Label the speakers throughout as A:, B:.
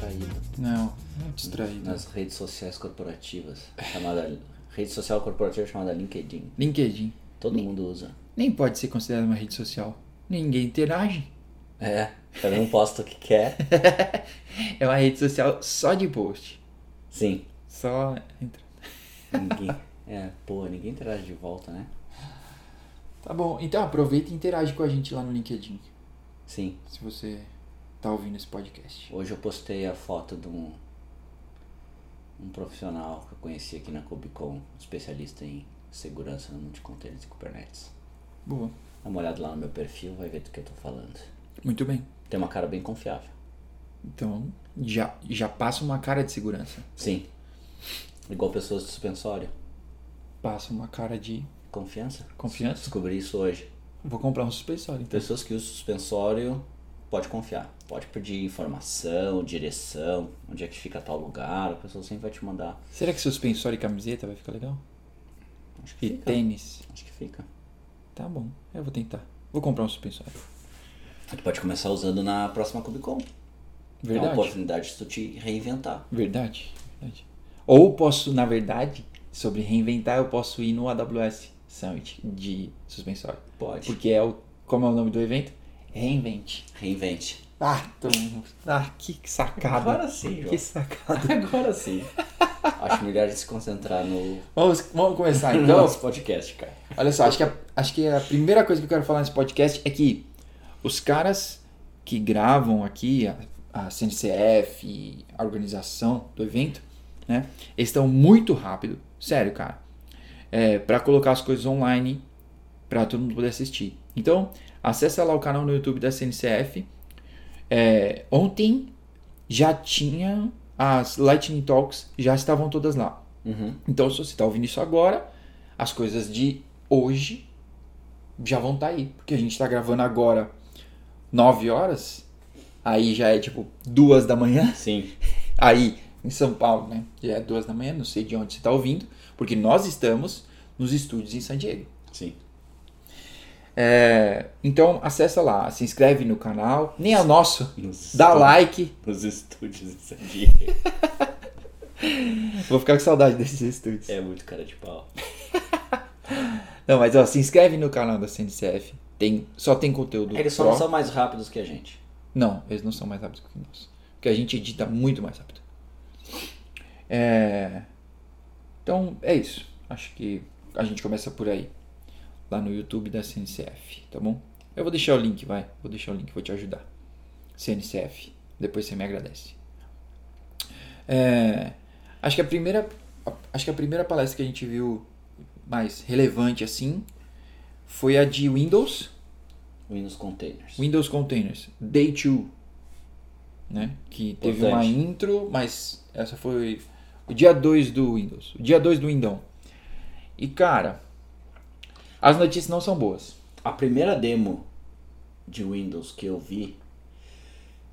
A: Tá Não, não distraído.
B: nas redes sociais corporativas, chamada rede social corporativa chamada LinkedIn.
A: LinkedIn.
B: Todo mundo usa.
A: Nem pode ser considerado uma rede social. Ninguém interage.
B: É, cada um posta o que quer.
A: É uma rede social só de post.
B: Sim.
A: Só entra.
B: Ninguém. É, pô, ninguém interage de volta, né?
A: Tá bom, então aproveita e interage com a gente lá no LinkedIn.
B: Sim.
A: Se você tá ouvindo esse podcast.
B: Hoje eu postei a foto de um, um profissional que eu conheci aqui na Cubicon, especialista em segurança no mundo de containers e Kubernetes.
A: Boa.
B: Dá uma olhada lá no meu perfil, vai ver do que eu tô falando.
A: Muito bem.
B: Tem uma cara bem confiável.
A: Então, já, já passa uma cara de segurança.
B: Sim. Igual pessoas de suspensório.
A: Passa uma cara de
B: Confiança?
A: confiança.
B: Descobri isso hoje.
A: Vou comprar um suspensório, então.
B: Pessoas que usam suspensório, pode confiar. Pode pedir informação, direção, onde é que fica tal lugar. A pessoa sempre vai te mandar.
A: Será que suspensório e camiseta vai ficar legal?
B: Acho que
A: E
B: fica.
A: tênis.
B: Acho que fica.
A: Tá bom, eu vou tentar. Vou comprar um suspensório.
B: Tu pode começar usando na próxima Cubicon. É uma
A: Verdade.
B: oportunidade de tu te reinventar.
A: Verdade, verdade. Ou posso, na verdade, sobre reinventar, eu posso ir no AWS Summit de suspensório.
B: Pode.
A: Porque é o. Como é o nome do evento? Reinvente.
B: Reinvente.
A: Ah, então. Ah, que sacada.
B: Agora sim, João.
A: Que sacada.
B: Agora sim. Acho melhor de se concentrar no,
A: Vamos, vamos começar
B: no
A: então.
B: nosso podcast, cara.
A: Olha só, acho que, a, acho que a primeira coisa que eu quero falar nesse podcast é que os caras que gravam aqui, a, a CNCF, a organização do evento, né? Eles estão muito rápido, sério, cara, é, para colocar as coisas online para todo mundo poder assistir. Então, acessa lá o canal no YouTube da CNCF. É, ontem já tinha as Lightning Talks, já estavam todas lá.
B: Uhum.
A: Então, se você está ouvindo isso agora, as coisas de hoje já vão estar aí. Porque a gente está gravando agora 9 horas, aí já é tipo 2 da manhã.
B: Sim.
A: Aí, em São Paulo, né? Já é 2 da manhã, não sei de onde você está ouvindo, porque nós estamos nos estúdios em San Diego.
B: Sim.
A: É, então, acessa lá, se inscreve no canal, nem é o nosso,
B: Nos
A: dá
B: estu-
A: like.
B: Nos estúdios de San Diego.
A: Vou ficar com saudade desses estúdios.
B: É muito cara de pau.
A: Não, mas ó, se inscreve no canal da CNCF. Tem, só tem conteúdo
B: Eles só
A: pro.
B: não são mais rápidos que a gente.
A: Não, eles não são mais rápidos que nós. Porque a gente edita muito mais rápido. É... Então, é isso. Acho que a gente começa por aí. Lá no YouTube da CNCF, tá bom? Eu vou deixar o link, vai. Vou deixar o link, vou te ajudar. CNCF. Depois você me agradece. É... Acho que a primeira... Acho que a primeira palestra que a gente viu mais relevante, assim, foi a de Windows...
B: Windows Containers.
A: Windows Containers, Day 2. Né? Que teve uma
B: Importante.
A: intro, mas essa foi o dia 2 do Windows. O dia 2 do Windão. E cara, as notícias não são boas.
B: A primeira demo de Windows que eu vi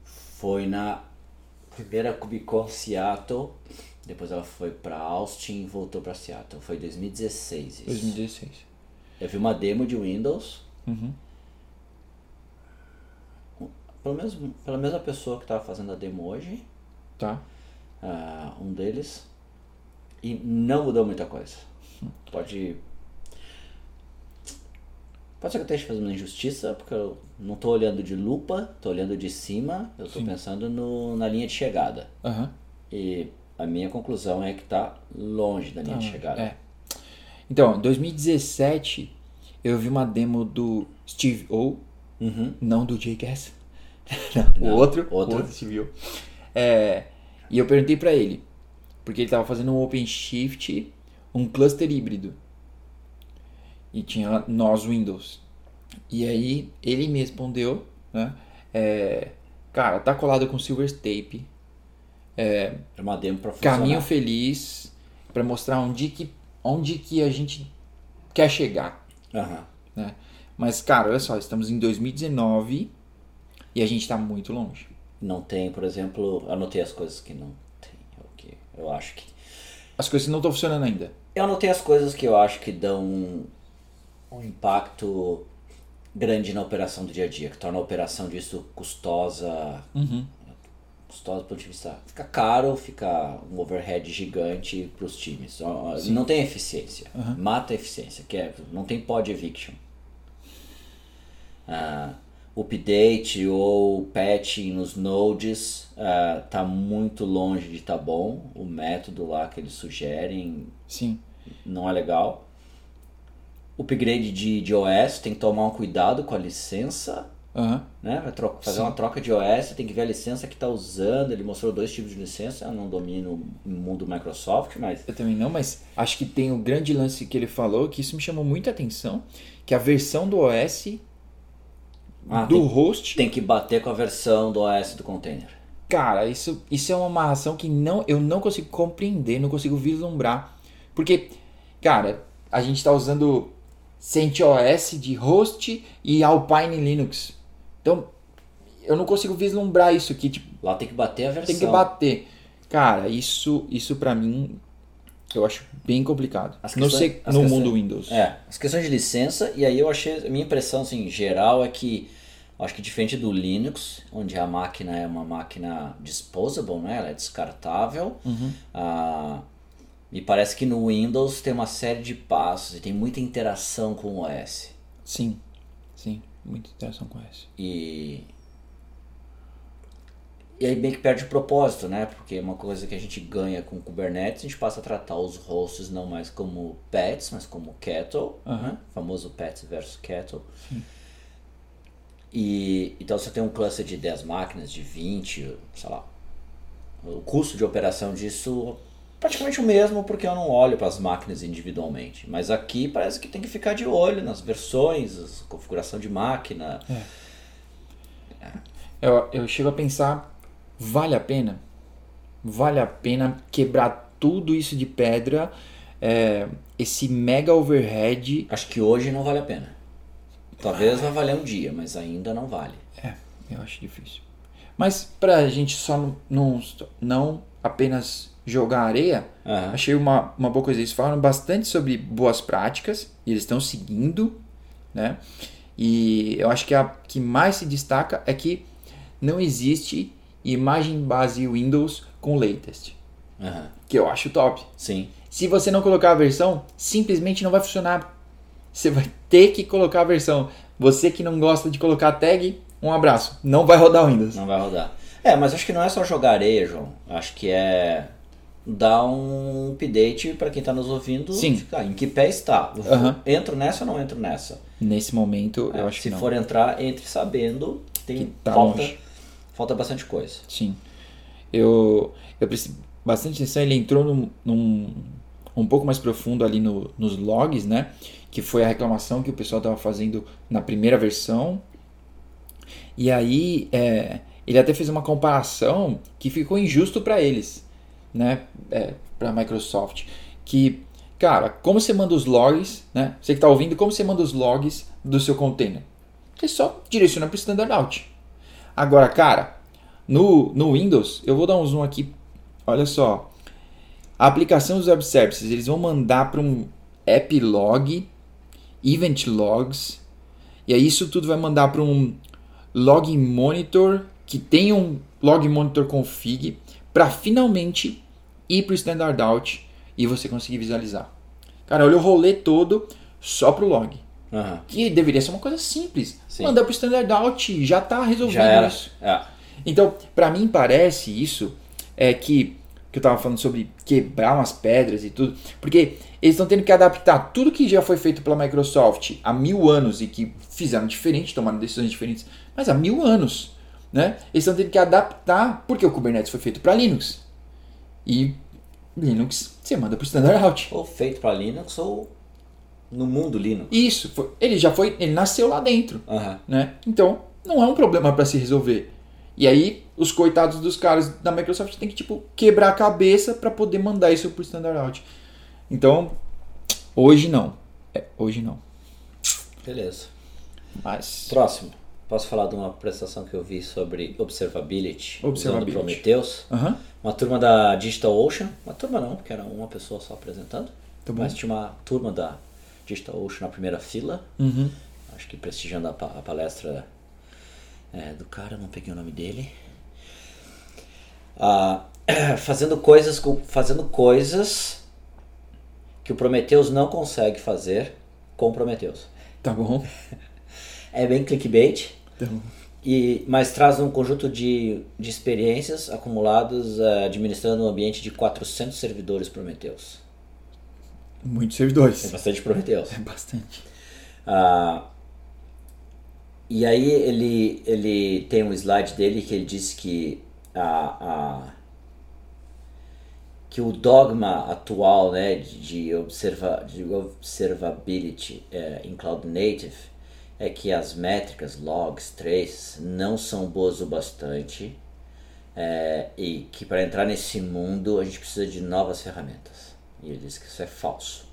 B: foi na primeira Cubicon Seattle. Depois ela foi pra Austin e voltou pra Seattle. Foi 2016 isso.
A: 2016.
B: Eu vi uma demo de Windows. Pelo menos pela mesma pessoa que tava fazendo a demo hoje.
A: Tá?
B: ah, um deles. E não mudou muita coisa. Pode. Pode ser que eu esteja fazendo uma injustiça, porque eu não tô olhando de lupa, tô olhando de cima, eu tô pensando no, na linha de chegada.
A: Aham.
B: E a minha conclusão é que tá longe da linha de chegada.
A: É. Então, em 2017 eu vi uma demo do Steve O,
B: Uhum.
A: não do JKS. Não,
B: Não,
A: o outro,
B: outro.
A: o outro Steve O. É, e eu perguntei pra ele, porque ele tava fazendo um OpenShift, um cluster híbrido. E tinha nós Windows. E aí ele me respondeu, né? é, cara, tá colado com Silver Tape,
B: É uma demo pra funcionar.
A: caminho feliz, pra mostrar onde que, onde que a gente quer chegar.
B: Aham.
A: né? Mas, cara, olha só, estamos em 2019 e a gente está muito longe.
B: Não tem, por exemplo, anotei as coisas que não tem, o que eu acho que
A: As coisas não estão funcionando ainda.
B: Eu anotei as coisas que eu acho que dão um, um impacto grande na operação do dia a dia, que torna a operação disso custosa, custosa do ponto de vista. Fica caro, fica um overhead gigante para os times. Ó, Não tem eficiência. Mata a eficiência, que é, não tem pod eviction. Ah, update ou patching nos nodes ah, tá muito longe de tá bom. O método lá que eles sugerem
A: Sim.
B: não é legal. Upgrade de, de OS tem que tomar um cuidado com a licença
A: Aham.
B: né? Vai tro- fazer uma troca de OS, tem que ver a licença que está usando. Ele mostrou dois tipos de licença. Eu não domino o mundo Microsoft, mas
A: Eu também não, mas acho que tem o grande lance que ele falou, que isso me chamou muita atenção, que a versão do OS
B: Ah,
A: do
B: tem-
A: host,
B: tem que bater com a versão do OS do container.
A: cara, isso, isso é uma amarração que não, eu não consigo compreender, não consigo vislumbrar. Porque, cara, a gente está usando CentOS de host e Alpine Linux. Então, eu não consigo vislumbrar isso que tipo,
B: Lá tem que bater a versão.
A: tem que bater. Cara, isso, isso para mim eu acho bem complicado.
B: As
A: não
B: questões-
A: sei
B: as
A: no
B: questões-
A: mundo Windows.
B: É, as questões de licença, e aí eu achei, a minha impressão assim, geral é que, eu acho que diferente do Linux, onde a máquina é uma máquina disposable, né, ela é descartável,
A: Uhum.
B: ah, me parece que no Windows tem uma série de passos e tem muita interação com o OS.
A: Sim, sim, muita interação com essa.
B: E. E aí meio que perde o propósito, né? Porque uma coisa que a gente ganha com o Kubernetes, a gente passa a tratar os hosts não mais como pets, mas como kettle, né? famoso pets versus kettle. E então você tem um cluster de 10 máquinas, de 20, sei lá. O custo de operação disso é praticamente o mesmo, porque eu não olho para as máquinas individualmente. Mas aqui parece que tem que ficar de olho nas versões, as- configuração de máquina.
A: Eu, eu chego a pensar, vale a pena? Vale a pena quebrar tudo isso de pedra, é, esse mega overhead?
B: Acho que hoje não vale a pena. Talvez vá valer um dia, mas ainda não vale.
A: É, eu acho difícil. Mas pra gente só não, não, não apenas jogar areia,
B: Aham.
A: achei uma, uma boa coisa. Eles falaram bastante sobre boas práticas e eles estão seguindo, né? E eu acho que a que mais se destaca é que não existe imagem base Windows com latest,
B: Aham.
A: que eu acho top.
B: Sim.
A: Se você não colocar a versão, simplesmente não vai funcionar. Você vai ter que colocar a versão. Você que não gosta de colocar tag, um abraço. Não vai rodar o Windows.
B: Não vai rodar. É, mas acho que não é só jogar areia, João. Acho que é dar um update para quem tá nos ouvindo.
A: Sim.
B: Ah, em que pé está?
A: Aham.
B: Entro nessa ou não entro nessa?
A: Nesse momento, eu
B: É,
A: acho
B: Se
A: que não.
B: for entrar, entre sabendo que tem
A: Que tá
B: falta,
A: longe.
B: falta bastante coisa.
A: Sim. Eu, eu prestei bastante atenção, ele entrou num, num- um pouco mais profundo ali no, nos logs, né? Que foi a reclamação que o pessoal estava fazendo na primeira versão. E aí, é, ele até fez uma comparação que ficou injusto para eles, né? É, para a Microsoft. Que, cara, como você manda os logs, né? Você que está ouvindo, como você manda os logs do seu container? Você só direciona para o standard out. Agora, cara, no, no Windows, eu vou dar um zoom aqui. Olha só. A aplicação dos web services, eles vão mandar para um app log, event logs, e aí isso tudo vai mandar para um log monitor, que tem um log monitor config, para finalmente ir para o standard out e você conseguir visualizar. Cara, olha o rolê todo só para o log.
B: Aham.
A: Que deveria ser uma coisa simples.
B: Sim.
A: Mandar para o standard out, já está resolvido
B: Já era.
A: isso.
B: É.
A: Então, pra mim parece isso é que que eu tava falando sobre quebrar umas pedras e tudo, porque eles estão tendo que adaptar tudo que já foi feito pela Microsoft há mil anos e que fizeram diferente, tomaram decisões diferentes, mas há mil anos, né? Eles estão tendo que adaptar porque o Kubernetes foi feito para Linux e Linux você manda pro standard out.
B: Ou feito para Linux ou no mundo Linux.
A: Isso, foi- ele já foi, ele nasceu lá dentro
B: Aham.
A: né? Então, não é um problema para se resolver. E aí, os coitados dos caras da Microsoft tem que, tipo, quebrar a cabeça para poder mandar isso pro standard out. Então, hoje não. É, hoje não.
B: Beleza.
A: Mas.
B: Próximo. Posso falar de uma apresentação que eu vi sobre observability,
A: Observability.
B: usando Prometheus?
A: Aham.
B: Uma turma da DigitalOcean, uma turma não, porque era uma pessoa só apresentando,
A: Tá bom.
B: mas tinha uma turma da DigitalOcean na primeira fila,
A: Uhum.
B: acho que prestigiando a, pa- a palestra é, do cara, não peguei o nome dele. Ah, fazendo coisas com- fazendo coisas que o Prometheus não consegue fazer com o Prometheus.
A: Tá bom?
B: É bem clickbait,
A: Tá bom.
B: e, mas traz um conjunto de, de experiências acumuladas eh, administrando um ambiente de 400 servidores Prometheus.
A: Muitos
B: É
A: servidores.
B: bastante Prometheus.
A: É bastante.
B: Ah, e aí ele, ele tem um slide dele que ele diz que a, a- que o dogma atual né, de, de observa, de observability eh, em cloud native é que as métricas logs, traces não são boas o bastante eh, e que para entrar nesse mundo a gente precisa de novas ferramentas. E ele diz que isso é falso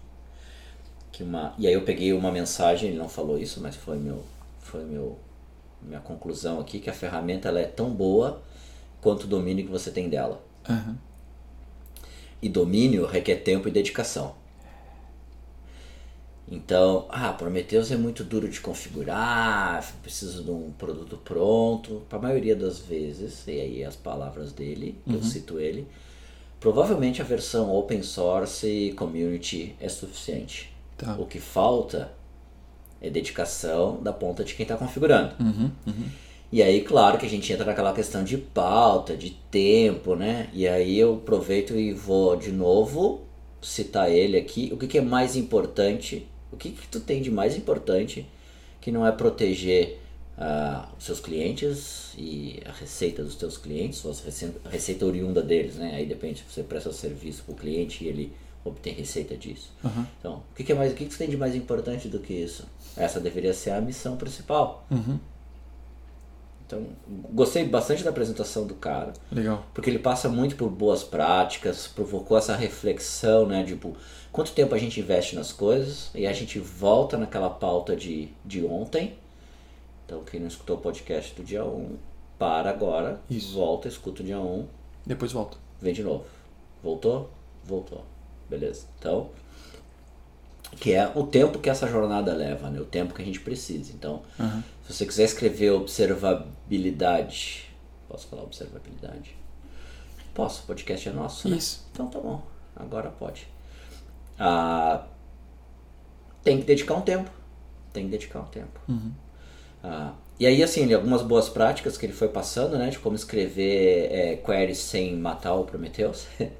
B: que uma e aí eu peguei uma mensagem ele não falou isso mas foi meu foi meu minha conclusão aqui que a ferramenta ela é tão boa quanto o domínio que você tem dela
A: Aham.
B: e domínio requer tempo e dedicação então ah Prometheus é muito duro de configurar preciso de um produto pronto para a maioria das vezes e aí as palavras dele eu cito ele provavelmente a versão open source e community é suficiente
A: Tá.
B: o que falta é dedicação da ponta de quem está configurando.
A: Uhum, uhum.
B: E aí, claro que a gente entra naquela questão de pauta, de tempo, né? E aí eu aproveito e vou de novo citar ele aqui. O que, que é mais importante? O que, que tu tem de mais importante que não é proteger ah, os seus clientes e a receita dos teus clientes, ou a rece- a receita oriunda deles, né? Aí depende se você presta serviço para o cliente e ele obtém receita disso.
A: Aham.
B: Então, o que, que é mais, o que, que você tem de mais importante do que isso? Essa deveria ser a missão principal.
A: Uhum.
B: Então, gostei bastante da apresentação do cara,
A: Legal.
B: porque ele passa muito por boas práticas, provocou essa reflexão, né? Tipo, quanto tempo a gente investe nas coisas e a gente volta naquela pauta de, de ontem. Então, quem não escutou o podcast do dia 1, para agora,
A: Isso.
B: volta, escuta o dia 1,
A: Depois volto.
B: Vem de novo. Voltou? Voltou. Beleza. Então, que é o tempo que essa jornada leva, né? O tempo que a gente precisa. Então,
A: Aham.
B: se você quiser escrever observabilidade, posso falar observabilidade? Posso, o podcast é nosso, né?
A: Isso.
B: Então tá bom, agora pode. Ah, tem que dedicar um tempo. Tem que dedicar um tempo. Ah, e aí, assim, ele- algumas boas práticas que ele foi passando, né? De como escrever é, queries sem matar o Prometheus.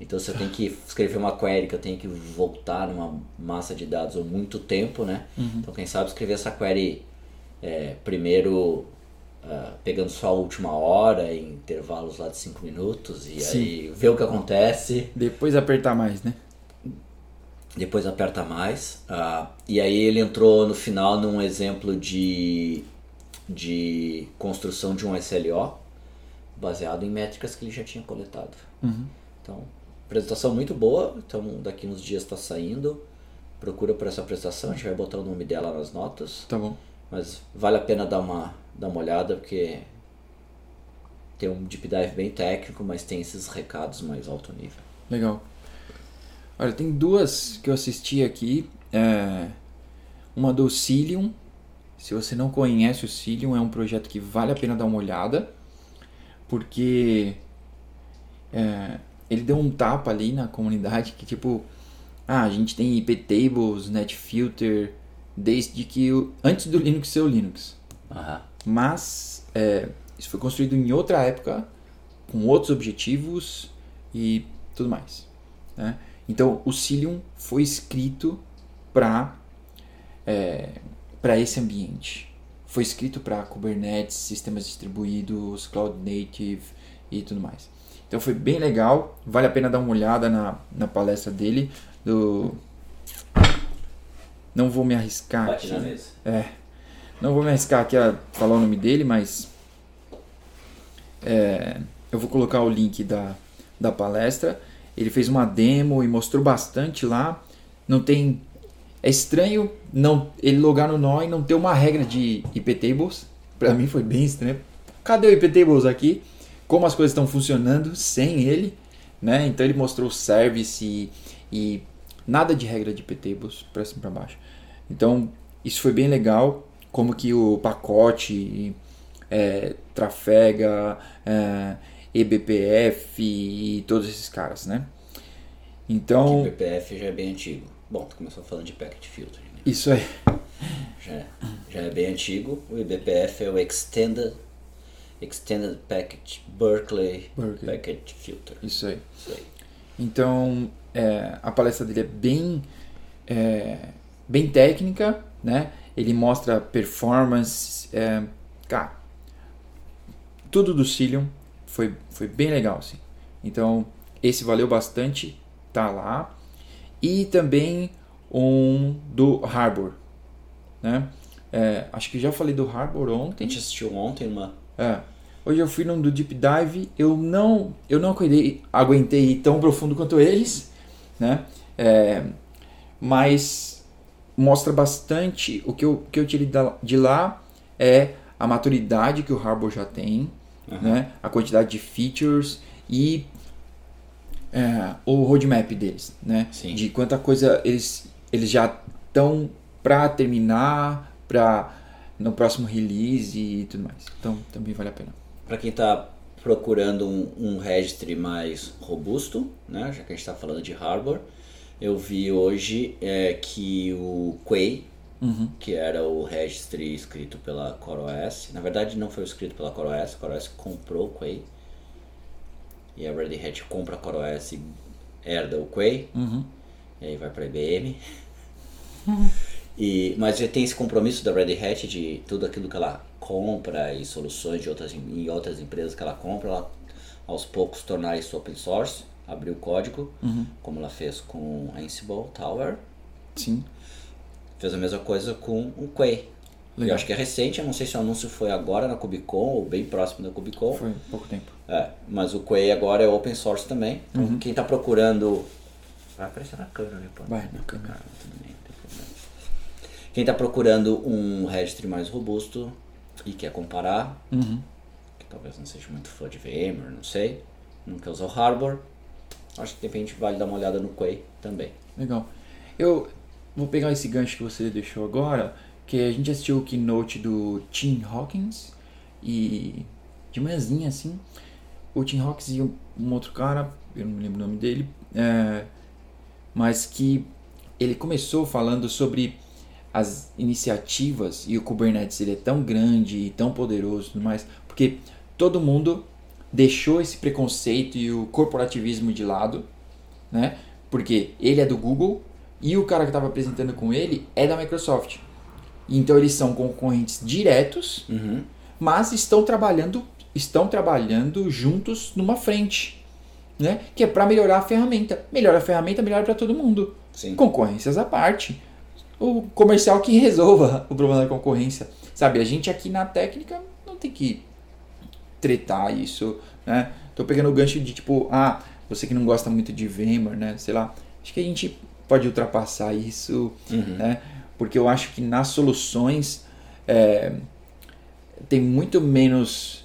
B: então, se eu tenho que escrever uma query que eu tenho que voltar numa massa de dados há muito tempo, né? Então, quem sabe escrever essa query é, primeiro ah, pegando só a última hora, em intervalos lá de 5 minutos, e
A: Sim.
B: aí ver o que acontece
A: Depois apertar mais, né?
B: depois aperta mais. ah, e aí ele entrou no final num exemplo de, de construção de um SLO baseado em métricas que ele já tinha coletado.
A: Uhum.
B: Então, apresentação muito boa. Então, daqui uns dias está saindo. Procura por essa apresentação, a gente vai botar o nome dela nas notas.
A: Tá bom.
B: Mas vale a pena dar uma, dar uma olhada, porque tem um deep dive bem técnico, mas tem esses recados mais alto nível.
A: Legal. Olha, tem duas que eu assisti aqui. É, Uma do Cilium. Se você não conhece o Cilium, é um projeto que vale a pena dar uma olhada. Porque é, ele deu um tapa ali na comunidade que tipo... Ah, a gente tem IP Tables, Netfilter, desde que... o- Antes do Linux ser o Linux.
B: Aham.
A: Mas é, isso foi construído em outra época, com outros objetivos e tudo mais. né? Então, o Cilium foi escrito para para esse ambiente. Foi escrito para Kubernetes, sistemas distribuídos, cloud native e tudo mais. Então foi bem legal, vale a pena dar uma olhada na, na palestra dele. Do... Não vou me arriscar.
B: Bate na
A: aqui.
B: mesa.
A: É. Não vou me arriscar aqui a falar o nome dele, mas é, eu vou colocar o link da, da palestra. Ele fez uma demo e mostrou bastante lá. Não tem. É estranho não ele logar no nó e não ter uma regra de IP tables. Para mim foi bem estranho. Cadê o IP tables aqui? Como as coisas estão funcionando sem ele, né? Então ele mostrou o service e, e nada de regra de IP tables para cima para baixo. Então isso foi bem legal, como que o pacote é, trafega é, EBPF e todos esses caras, né? Então,
B: Que PPF já é bem antigo. Bom, tu começou falando de Packet Filtering, né?
A: isso aí.
B: Já, é- já é bem antigo. O IBPF é o Extended, Extended Packet Berkeley,
A: Berkeley.
B: Packet Filter.
A: Isso aí.
B: Isso aí.
A: Então, é, a palestra dele é bem, é, bem técnica, né? Ele mostra performance, é, cara, tudo do Cilium foi, foi bem legal, assim. Então, esse valeu bastante, tá lá. E também um do Harbor, né? É, acho que já falei do Harbor
B: A
A: ontem.
B: gente assistiu ontem uma.
A: É. Hoje eu fui num do Deep Dive, eu não, eu não aguentei, aguentei ir tão profundo quanto eles, né? É, mas mostra bastante o que eu, que eu tirei da- de lá é a maturidade que o Harbor já tem, né? A quantidade de features e é, o roadmap deles, né?
B: Sim.
A: De quanta coisa eles, eles já estão pra terminar, pra no próximo release e tudo mais. Então também vale a pena.
B: Para quem está procurando um, um registry mais robusto, né? já que a gente está falando de Harbor, eu vi hoje é, que o Quay,
A: Uhum.
B: que era o registry escrito pela CoreOS, na verdade não foi escrito pela CoreOS, a CoreOS comprou o Quay, e a Red Hat compra a CoreOS e herda o Quay,
A: Uhum.
B: e aí vai para IBM. E, mas já tem esse compromisso da Red Hat de tudo aquilo que ela compra e soluções de outras, em outras empresas que ela compra, ela aos poucos tornar isso open source, abrir o código,
A: Uhum.
B: como ela fez com Ansible Tower,
A: Sim.
B: fez a mesma coisa com o Quay.
A: Legal.
B: Eu acho que é recente, eu não sei se o anúncio foi agora na Cubicon ou bem próximo da Cubicon.
A: Foi pouco tempo.
B: É, mas o Quay agora é open source também. Então,
A: Uhum.
B: quem tá procurando. Vai aparecer na câmera, né, pô?
A: Vai, na
B: câmera. tudo bem, não tem problema. Quem tá procurando um registry mais robusto e quer comparar,
A: Uhum.
B: que talvez não seja muito fã de VMware, não sei, nunca usou Harbor, acho que de repente vale dar uma olhada no Quay também.
A: Legal. Eu vou pegar esse gancho que você deixou agora, que a gente assistiu o keynote do Tim Hawkins e de manhãzinha assim, o Tim Hawkins e um, um outro cara, eu não me lembro o nome dele, é, mas que ele começou falando sobre as iniciativas e o Kubernetes ele é tão grande e tão poderoso, e tudo mais, porque todo mundo deixou esse preconceito e o corporativismo de lado, né? Porque ele é do Google e o cara que estava apresentando com ele é da Microsoft. Então eles são concorrentes diretos,
B: Uhum.
A: mas estão trabalhando, estão trabalhando juntos numa frente, né? Que é para melhorar a ferramenta. Melhora a ferramenta, melhora para todo mundo.
B: Sim.
A: Concorrências à parte. O comercial que resolva o problema da concorrência. Sabe, a gente aqui na técnica não tem que tretar isso, né? Tô pegando o gancho de tipo, ah, você que não gosta muito de VMware, né? Sei lá. Acho que a gente pode ultrapassar isso,
B: Uhum.
A: né? Porque eu acho que nas soluções é, tem muito menos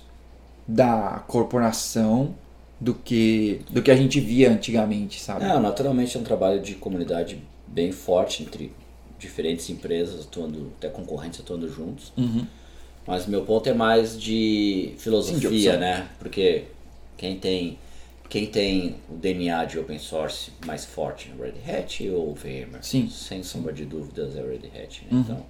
A: da corporação do que do que a gente via antigamente, sabe?
B: É, naturalmente é um trabalho de comunidade bem forte entre diferentes empresas atuando, até concorrentes atuando juntos.
A: Uhum.
B: Mas meu ponto é mais de filosofia,
A: Sim, de opção.
B: né? Porque quem tem quem tem o DNA de open source mais forte, Red Hat ou VMware?
A: Sim.
B: Sem sombra de dúvidas é Red Hat, né? Então,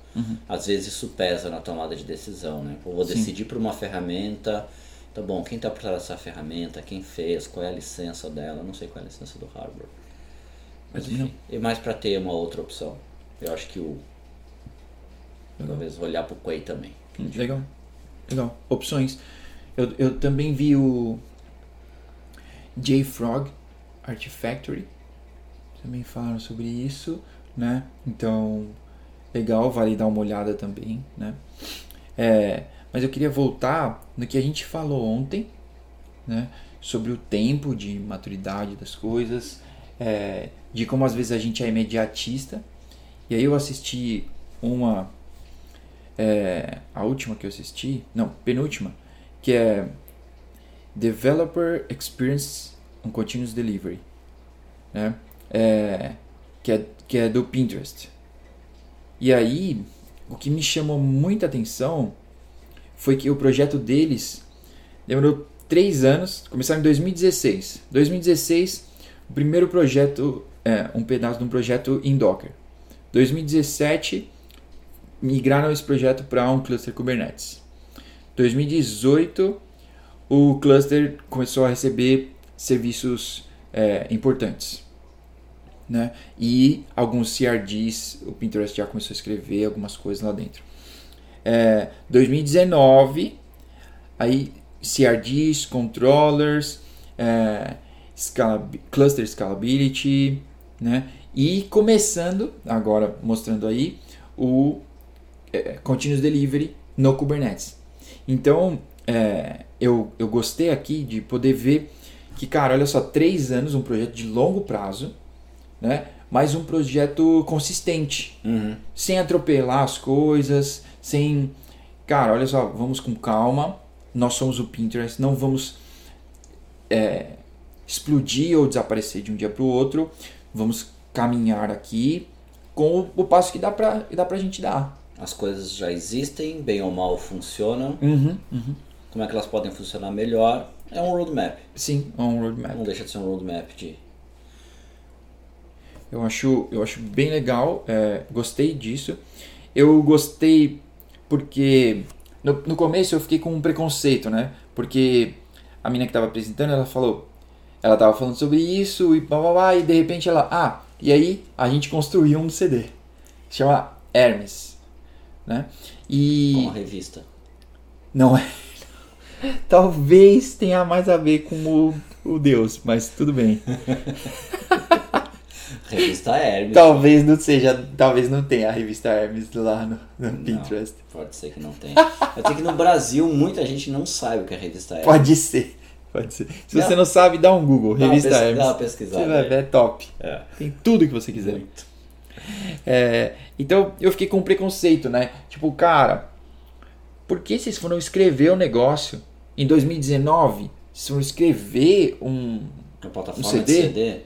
B: às vezes isso pesa na tomada de decisão, né? Eu vou decidir por uma ferramenta, tá bom, quem tá por trás dessa ferramenta, quem fez, qual é a licença dela, Eu não sei qual é a licença do Harbor. Mas
A: Também não.
B: enfim, e mais pra ter uma outra opção. Eu acho que o... Talvez olhar pro Quay também.
A: Hum, Legal. Legal. Opções. Eu, eu também vi o JFrog Artifactory. Também falaram sobre isso, né? Então, legal, vale dar uma olhada também, né? É, mas eu queria voltar no que a gente falou ontem, né? Sobre o tempo de maturidade das coisas, é, de como às vezes a gente é imediatista. E aí eu assisti uma é, a última que eu assisti, não, penúltima, que é Developer Experience on Continuous Delivery, né? É, que, é, que é do Pinterest. E aí, o que me chamou muita atenção foi que o projeto deles demorou três anos, começaram em 2016. 2016, o primeiro projeto, é, um pedaço de um projeto em Docker. 2017, migraram esse projeto para um cluster Kubernetes. 2018, o cluster começou a receber serviços é, importantes. Né? E alguns CRDs, o Pinterest já começou a escrever algumas coisas lá dentro. É, 2019, aí CRDs, controllers, é, scalab cluster scalability, né? E começando, agora mostrando aí, o é, continuous delivery no Kubernetes. Então, é, eu, eu gostei aqui de poder ver que, cara, olha só, três anos, um projeto de longo prazo, né? Mas um projeto consistente,
B: Uhum.
A: sem atropelar as coisas, sem. Cara, olha só, vamos com calma. Nós somos o Pinterest, não vamos é, explodir ou desaparecer de um dia para o outro. Vamos caminhar aqui com o, o passo que dá para dá pra gente dar.
B: As coisas já existem, bem ou mal funcionam.
A: Uhum,
B: Como é que elas podem funcionar melhor? É um roadmap.
A: Sim, é um roadmap.
B: Não deixa de ser um roadmap de.
A: Eu acho, eu acho bem legal, é, gostei disso. Eu gostei porque no, no começo eu fiquei com um preconceito, né? Porque a mina que estava apresentando, ela falou, ela tava falando sobre isso e blá blá blá, e de repente ela, ah, e aí a gente construiu um CD. Chama Hermes, né? E
B: Uma revista.
A: não é. Talvez tenha mais a ver com o, o Deus, mas tudo bem.
B: Revista Hermes.
A: Talvez não seja, talvez não tenha a revista Hermes lá no, no Pinterest.
B: Pode ser que não tenha. Até que no Brasil muita gente não sabe o que é revista Hermes.
A: Pode ser, pode ser. Se você
B: Não.
A: não sabe, dá um Google,
B: Dá uma
A: revista
B: pesqui-
A: Hermes.
B: dá uma pesquisada
A: Você vai
B: aí.
A: ver, é top.
B: É.
A: Tem tudo que você quiser. É, então eu fiquei com um preconceito, né? Tipo, cara, por que vocês foram escrever o negócio em 2019? Vocês foram escrever um,
B: Uma plataforma
A: Um CD?
B: de CD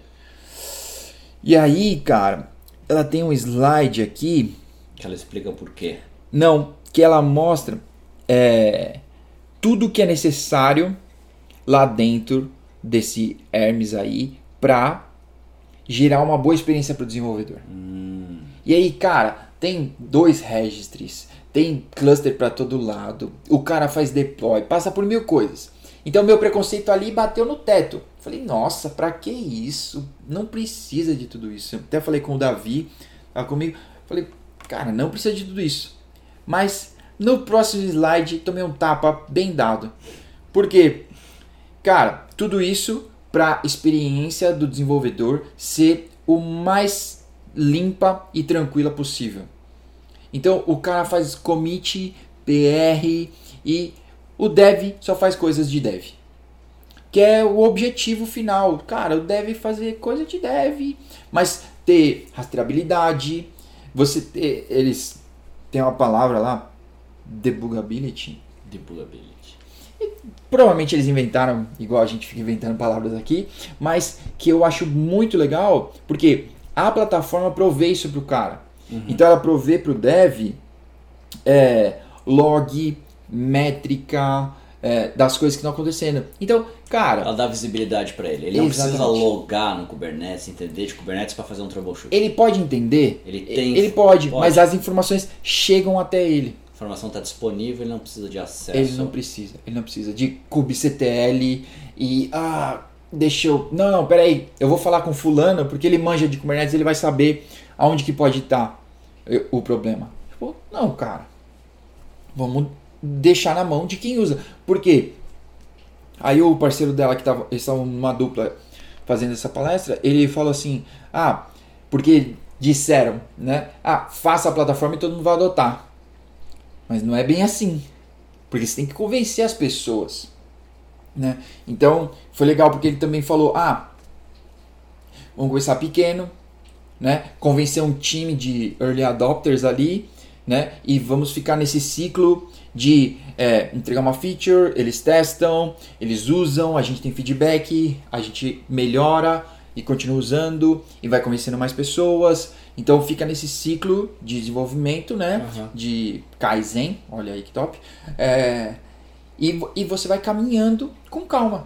A: E aí, cara, ela tem um slide aqui,
B: que ela explica por quê.
A: não, que ela mostra é, tudo que é necessário lá dentro desse Hermes aí pra gerar uma boa experiência para o desenvolvedor. E aí, cara, tem dois registries, tem cluster para todo lado, o cara faz deploy, passa por mil coisas. Então meu preconceito ali bateu no teto. Falei, nossa, pra que isso? Não precisa de tudo isso. Eu até falei com o Davi, tava comigo, falei, cara, não precisa de tudo isso. Mas no próximo slide tomei um tapa bem dado. Por quê? Cara, tudo isso para experiência do desenvolvedor ser o mais limpa e tranquila possível. Então o cara faz commit, PR e o dev só faz coisas de dev. Que é o objetivo final. Cara, o dev fazer coisa de dev, mas ter rastreabilidade, você ter, eles tem uma palavra lá, debugability,
B: Debugability.
A: provavelmente eles inventaram, igual a gente fica inventando palavras aqui, mas que eu acho muito legal, porque a plataforma provê isso pro cara.
B: Uhum.
A: Então ela provê pro dev é, log, métrica é, das coisas que estão acontecendo. Então, cara,
B: Ela dá visibilidade pra ele. Ele não precisa
A: Exatamente.
B: logar no Kubernetes, entender de Kubernetes pra fazer um troubleshoot.
A: ele pode entender,
B: Ele tem-
A: ele pode,
B: pode.
A: mas as informações chegam até ele.
B: A informação tá disponível, ele não precisa de acesso.
A: Ele não precisa, ele não precisa de kubectl e ah, deixa eu, não, não, peraí, eu vou falar com fulano porque ele manja de Kubernetes, ele vai saber aonde que pode estar o problema. Tipo, não, cara. Vamos deixar na mão de quem usa. Por quê? Aí o parceiro dela que tava, eles estavam numa dupla fazendo essa palestra, ele falou assim: "Ah, porque disseram, né? Ah, faça a plataforma e todo mundo vai adotar". Mas não é bem assim. Porque você tem que convencer as pessoas. Né? Então, foi legal porque ele também falou: ah, vamos começar pequeno, né? convencer um time de early adopters ali, né? e vamos ficar nesse ciclo de é, entregar uma feature, eles testam, eles usam, a gente tem feedback, a gente melhora e continua usando e vai convencendo mais pessoas. Então fica nesse ciclo de desenvolvimento, né?
B: Aham.
A: de Kaizen, olha aí que top. É, e, vo- e você vai caminhando com com calma.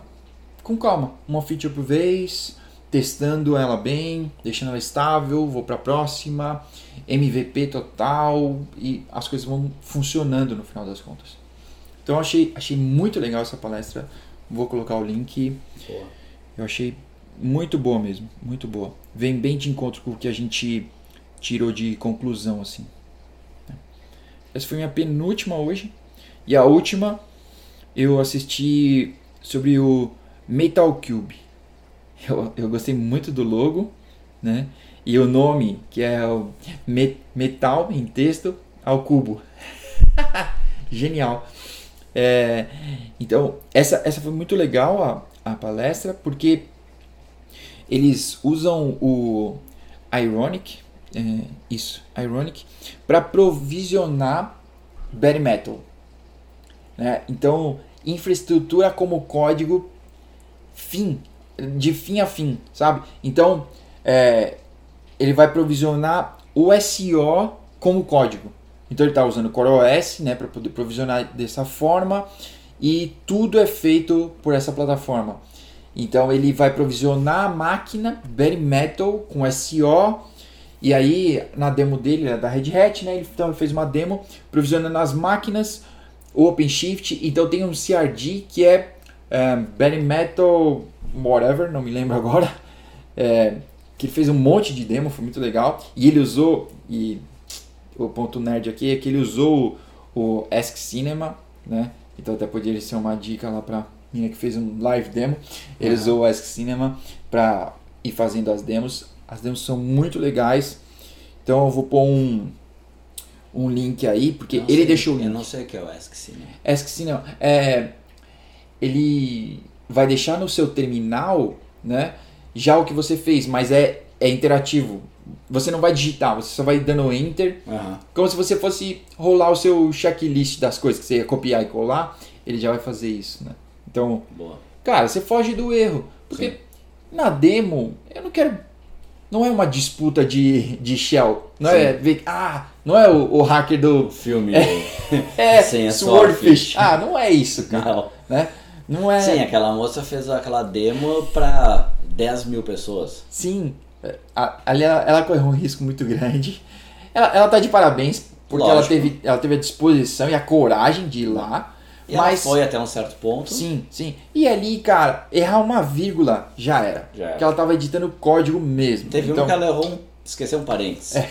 A: Com calma. Uma feature por vez, testando ela bem, deixando ela estável, vou para a próxima, MVP total e as coisas vão funcionando no final das contas. Então eu achei, achei muito legal essa palestra. Vou colocar o link.
B: Boa.
A: Eu achei muito boa mesmo, muito boa. Vem bem de encontro com o que a gente tirou de conclusão assim. Essa foi minha penúltima hoje e a última eu assisti sobre o Metal Cube. Eu, eu gostei muito do logo, né? E o nome, que é o me- Metal em texto ao cubo. Genial. É, então, essa, essa foi muito legal a, a palestra, porque eles usam o Ironic, é, isso, Ironic, para provisionar bare metal. né? Então, infraestrutura como código fim, de fim a fim, sabe? Então, é, ele vai provisionar o SO como código. Então ele está usando o CoreOS né, para poder provisionar dessa forma e tudo é feito por essa plataforma. Então ele vai provisionar a máquina bare metal com SO e aí na demo dele é da Red Hat, né, ele então, fez uma demo provisionando as máquinas o OpenShift. Então tem um CRD que é, é bare metal whatever, não me lembro agora. É, que ele fez um monte de demo, foi muito legal. E ele usou, e o ponto nerd aqui é que ele usou o, o Ask Cinema, né? Então até poderia ser uma dica lá pra menina que fez um live demo. Ele
B: Aham.
A: usou o Ask Cinema pra ir fazendo as demos. As demos são muito legais. Então eu vou pôr um, um link aí, porque
B: Não
A: ele
B: sei-
A: deixou o link.
B: Eu não sei o que é o Ask Cinema.
A: É, esqueci não. É, ele vai deixar no seu terminal, né? Já o que você fez, mas é, é interativo. Você não vai digitar, você só vai dando enter.
B: Aham.
A: Como se você fosse rolar o seu checklist das coisas que você ia copiar e colar, ele já vai fazer isso, né? Então,
B: Boa.
A: cara, você foge do erro. Porque
B: Sim.
A: na demo, eu não quero. Não é uma disputa de, de shell. Não é ver. Ah, não é o, o hacker do.
B: O filme.
A: É,
B: Sem a
A: Swordfish.
B: Swordfish.
A: Ah, não é isso, cara
B: Não.
A: né? Não é.
B: Sim, aquela moça fez aquela demo pra 10 mil pessoas.
A: Sim. É, a- Ali ela, ela correu um risco muito grande. Ela, ela tá de parabéns, porque ela
B: Lógico.
A: teve, ela teve a disposição e a coragem de ir lá.
B: E
A: mas.
B: ela foi até um certo ponto.
A: Sim, sim. E ali, cara, errar uma vírgula já era.
B: Já era.
A: Porque ela tava editando código mesmo.
B: Teve
A: então, É.
B: um que ela errou um. Esqueceu um parênteses.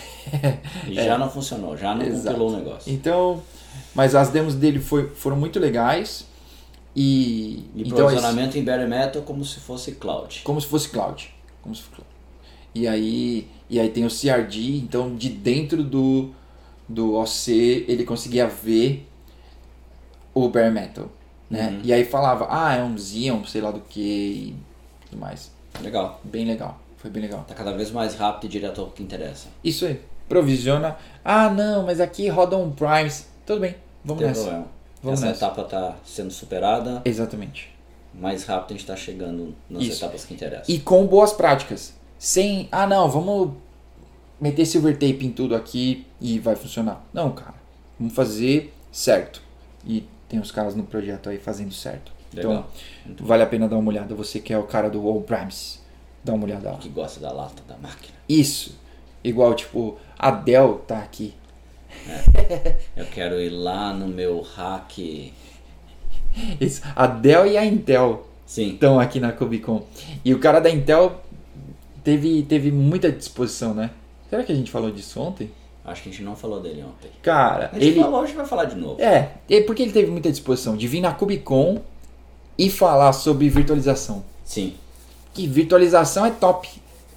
B: e já não funcionou, já não
A: Exato.
B: compilou o negócio.
A: então. Mas as demos dele foi, foram muito legais. E.
B: E
A: então, esse-
B: provisionamento em bare metal como se fosse cloud.
A: Como se fosse cloud. Como se fosse cloud. E aí, e aí tem o CRD, então de dentro do, do OC ele conseguia ver o bare metal. Né?
B: Uhum.
A: E aí falava, ah, é um Xeon, sei lá do que e tudo mais.
B: Legal.
A: Bem legal, foi bem legal.
B: Tá cada vez mais rápido e direto ao que interessa.
A: Isso aí, provisiona. Ah, não, mas aqui roda um Primes. Tudo bem,
B: Não
A: vamos
B: tem
A: nessa.
B: problema.
A: Vamos
B: Essa
A: nessa.
B: etapa tá sendo superada.
A: Exatamente.
B: Mais rápido a gente tá chegando nas
A: Isso.
B: etapas que interessam.
A: E com boas práticas. Sem, ah não, vamos meter silver tape em tudo aqui e vai funcionar. Não, cara. Vamos fazer certo. E tem os caras no projeto aí fazendo certo.
B: Legal.
A: Então, vale a pena dar uma olhada. Você que é o cara do All Primes, dá uma olhada lá.
B: Que gosta da lata da máquina.
A: Isso. Igual, tipo, a Dell tá aqui.
B: Eu quero ir lá no meu hack.
A: Isso. A Dell e a Intel
B: Sim.
A: estão aqui na Cubicon. E o cara da Intel teve, teve muita disposição, né? Será que a gente falou disso ontem?
B: Acho que a gente não falou dele ontem.
A: Cara,
B: A gente
A: ele.
B: falou, a gente vai falar de novo.
A: É, e porque ele teve muita disposição de vir na Cubicon e falar sobre virtualização.
B: Sim.
A: Que virtualização é top.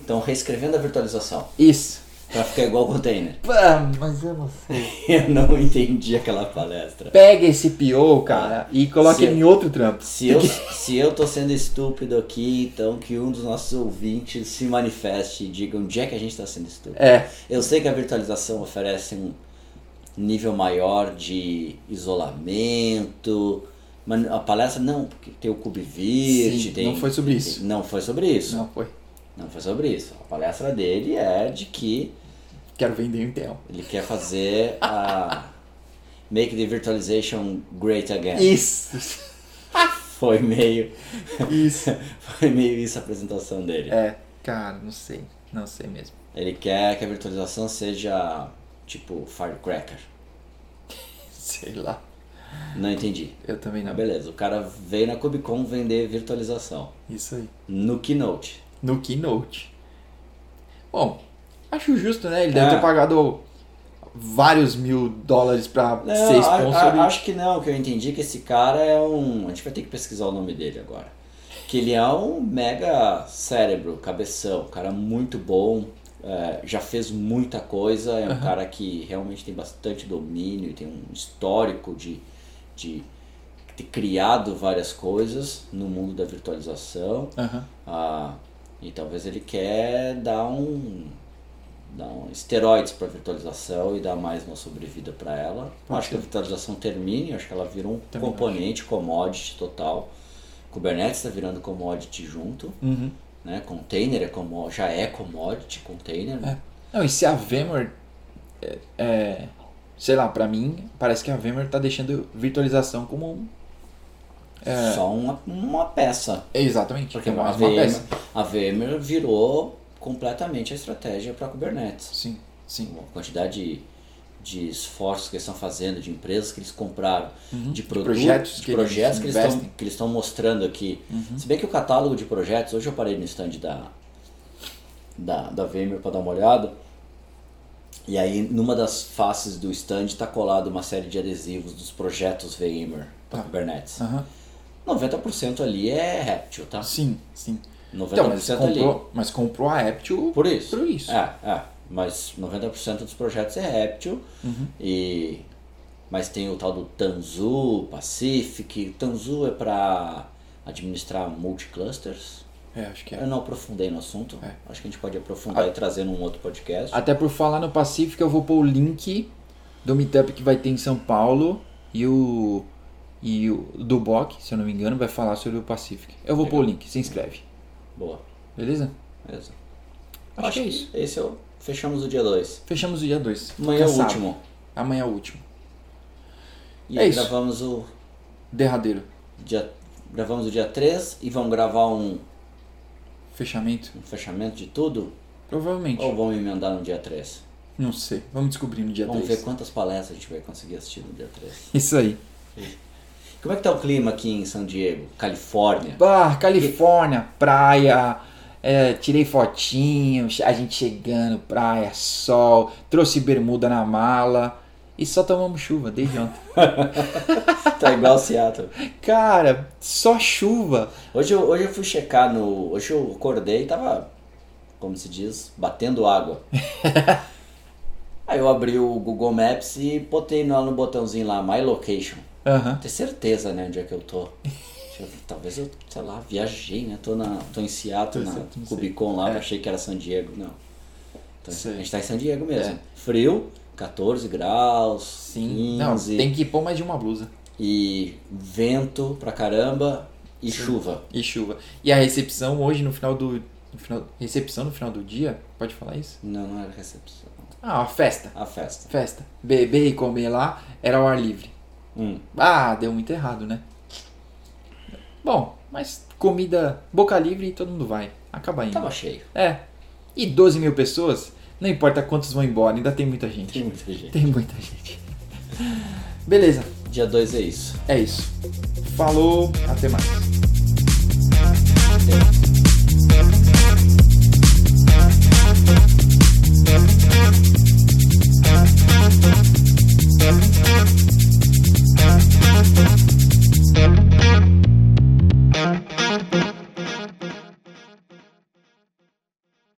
B: Então, reescrevendo a virtualização
A: Isso.
B: pra ficar igual o container.
A: Pá, mas eu não sei.
B: Eu não entendi aquela palestra.
A: Pega esse PO, cara, e coloca
B: Se-
A: ele em outro trampo.
B: Se eu, se eu tô sendo estúpido aqui, então que um dos nossos ouvintes se manifeste e diga onde é que a gente tá sendo estúpido.
A: É,
B: Eu sei que a virtualização oferece um nível maior de isolamento, mas a palestra não, porque tem o CubeVirt,
A: Sim,
B: tem...
A: não foi sobre isso.
B: Não foi sobre isso.
A: não foi.
B: Não foi sobre isso. A palestra dele é de que
A: Quero vender um Intel.
B: ele quer fazer É. a Make the Virtualization Great Again.
A: Isso.
B: Foi meio.
A: Isso.
B: Foi meio isso a apresentação dele.
A: É, cara, não sei. Não sei mesmo.
B: Ele quer que a virtualização seja tipo firecracker.
A: Sei lá.
B: Não entendi.
A: Eu também
B: Ah,
A: não.
B: beleza, o cara veio na Comic Con vender virtualização.
A: Isso aí.
B: No Keynote.
A: No Keynote. Bom, acho justo, né? Ele deve
B: É.
A: ter pagado vários mil dólares pra
B: Não,
A: ser
B: a-
A: sponsor.
B: a- acho que não, que eu entendi que esse cara é um. A gente vai ter que pesquisar o nome dele agora. Que ele é um mega cérebro, cabeção, um cara muito bom, é, já fez muita coisa, é um cara que realmente tem bastante domínio, tem um histórico de, de ter criado várias coisas no mundo da virtualização.
A: Aham.
B: Ah, e talvez ele quer dar um, dar um esteroides para virtualização e dar mais uma sobrevida para ela.
A: Pode
B: acho que a virtualização termine, acho que ela vira um
A: Também
B: componente commodity total. Kubernetes está virando commodity junto,
A: Uhum.
B: né? Container é commo- já é commodity container.
A: É. Não, e se a VMware. é, é, sei lá, pra mim, parece que a VMware tá deixando virtualização como um.
B: Só uma, uma peça.
A: É, Exatamente.
B: Porque
A: como
B: a,
A: é. uma peça.
B: VM, a VMware virou completamente a estratégia para Kubernetes.
A: Sim, sim.
B: uma quantidade de, de esforços que eles estão fazendo, de empresas que eles compraram, de
A: Uhum.
B: produtos,
A: projetos
B: de
A: que
B: projetos que
A: eles
B: eles estão
A: investem. Uhum.
B: que eles estão mostrando aqui. Se bem que o catálogo de projetos, hoje eu parei no stand da da, da VMware para dar uma olhada. E aí, numa das faces do stand está colado uma série de adesivos dos projetos VMware para
A: Ah.
B: Kubernetes.
A: Aham.
B: 90% ali é Reptil, tá? 90%
A: Sim, sim. Então, mas
B: ali.
A: comprou, mas comprou a Aptio
B: Por isso.
A: Por isso.
B: É, é. Mas 90% dos projetos é réptil.
A: Uhum.
B: E... Mas tem o tal do Tanzu, Pacific. O Tanzu é para administrar multiclusters.
A: É, acho que é.
B: Eu não aprofundei no assunto.
A: É. Ah.
B: Acho que a gente pode aprofundar e trazer num outro podcast.
A: Até por falar no Pacífico, eu vou pôr o link do meetup que vai ter em São Paulo e o e o do Boc, se eu não me engano, vai falar sobre o Pacífico. Eu vou pôr o link, se inscreve.
B: Boa.
A: Beleza?
B: Beleza.
A: Acho que é isso.
B: Esse é o... Fechamos o dia 2.
A: Fechamos o dia 2.
B: Amanhã é o último.
A: Amanhã é o último.
B: E
A: É
B: aí
A: isso.
B: gravamos o
A: Derradeiro.
B: dia... Gravamos o dia 3 e vamos gravar um,
A: Fechamento.
B: um fechamento de tudo?
A: Provavelmente.
B: Ou vamos emendar no dia 3?
A: Não sei. Vamos descobrir no dia
B: Vamos
A: 3.
B: ver quantas palestras a gente vai conseguir assistir no dia 3.
A: Isso aí.
B: Como é que tá o clima aqui em San Diego, Califórnia?
A: Bah, Califórnia, praia. é, tirei fotinho, a gente chegando, praia, sol, trouxe bermuda na mala e só tomamos chuva desde ontem.
B: tá igual Seattle.
A: Cara, só chuva.
B: Hoje eu, hoje eu fui checar no. Hoje eu acordei e tava, como se diz, batendo água. Aí eu abri o Google Maps e botei lá no botãozinho lá, My Location.
A: Aham.
B: Ter certeza, né, onde é que eu tô. Deixa eu ver, Talvez eu, sei lá, viajei, né? Tô, na, tô em Seattle,
A: Tô em Seattle,
B: na
A: não sei. É.
B: Cubicon lá, achei que era San Diego. Não. Então,
A: Sei. É.
B: a gente tá em San Diego mesmo. Frio, 14 graus,
A: Sim.
B: 15,
A: Não, tem que pôr mais de uma blusa.
B: e vento pra caramba e chuva.
A: E chuva. E a recepção hoje no final do. no final- recepção no final do dia? Pode falar isso?
B: Não, não era recepção.
A: Ah, a festa.
B: A festa.
A: Festa. Beber e comer lá era ao ar livre.
B: Hum.
A: Ah, deu muito errado, né? Bom, mas comida boca livre e todo mundo vai. Acaba indo.
B: Tava cheio.
A: É. E 12 mil pessoas, não importa quantos vão embora, ainda tem muita gente.
B: Tem muita gente.
A: Tem muita gente. Beleza,
B: Dia 2 é isso.
A: é isso. Falou, até mais.
B: Até mais.